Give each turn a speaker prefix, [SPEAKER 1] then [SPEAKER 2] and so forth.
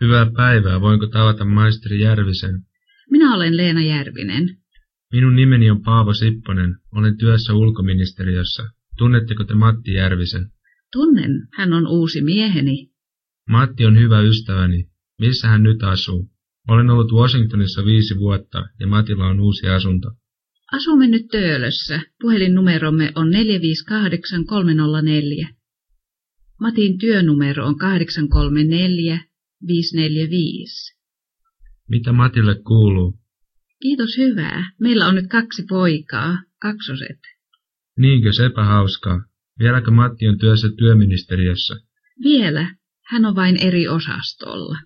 [SPEAKER 1] Hyvää päivää, voinko tavata maisteri Järvisen?
[SPEAKER 2] Minä olen Leena Järvinen.
[SPEAKER 1] Minun nimeni on Paavo Sipponen, olen työssä ulkoministeriössä. Tunnetteko te Matti Järvisen?
[SPEAKER 2] Tunnen, hän on uusi mieheni.
[SPEAKER 1] Matti on hyvä ystäväni. Missä hän nyt asuu? Olen ollut Washingtonissa viisi vuotta ja Matilla on uusi asunto.
[SPEAKER 2] Asumme nyt Töölössä. Puhelinnumeromme on 458304. Matin työnumero on 834 545.
[SPEAKER 1] Mitä Matille kuuluu?
[SPEAKER 2] Kiitos hyvää. Meillä on nyt kaksi poikaa, kaksoset.
[SPEAKER 1] Niinkö sepä hauskaa? Vieläkö Matti on työssä työministeriössä?
[SPEAKER 2] Vielä. Hän on vain eri osastolla.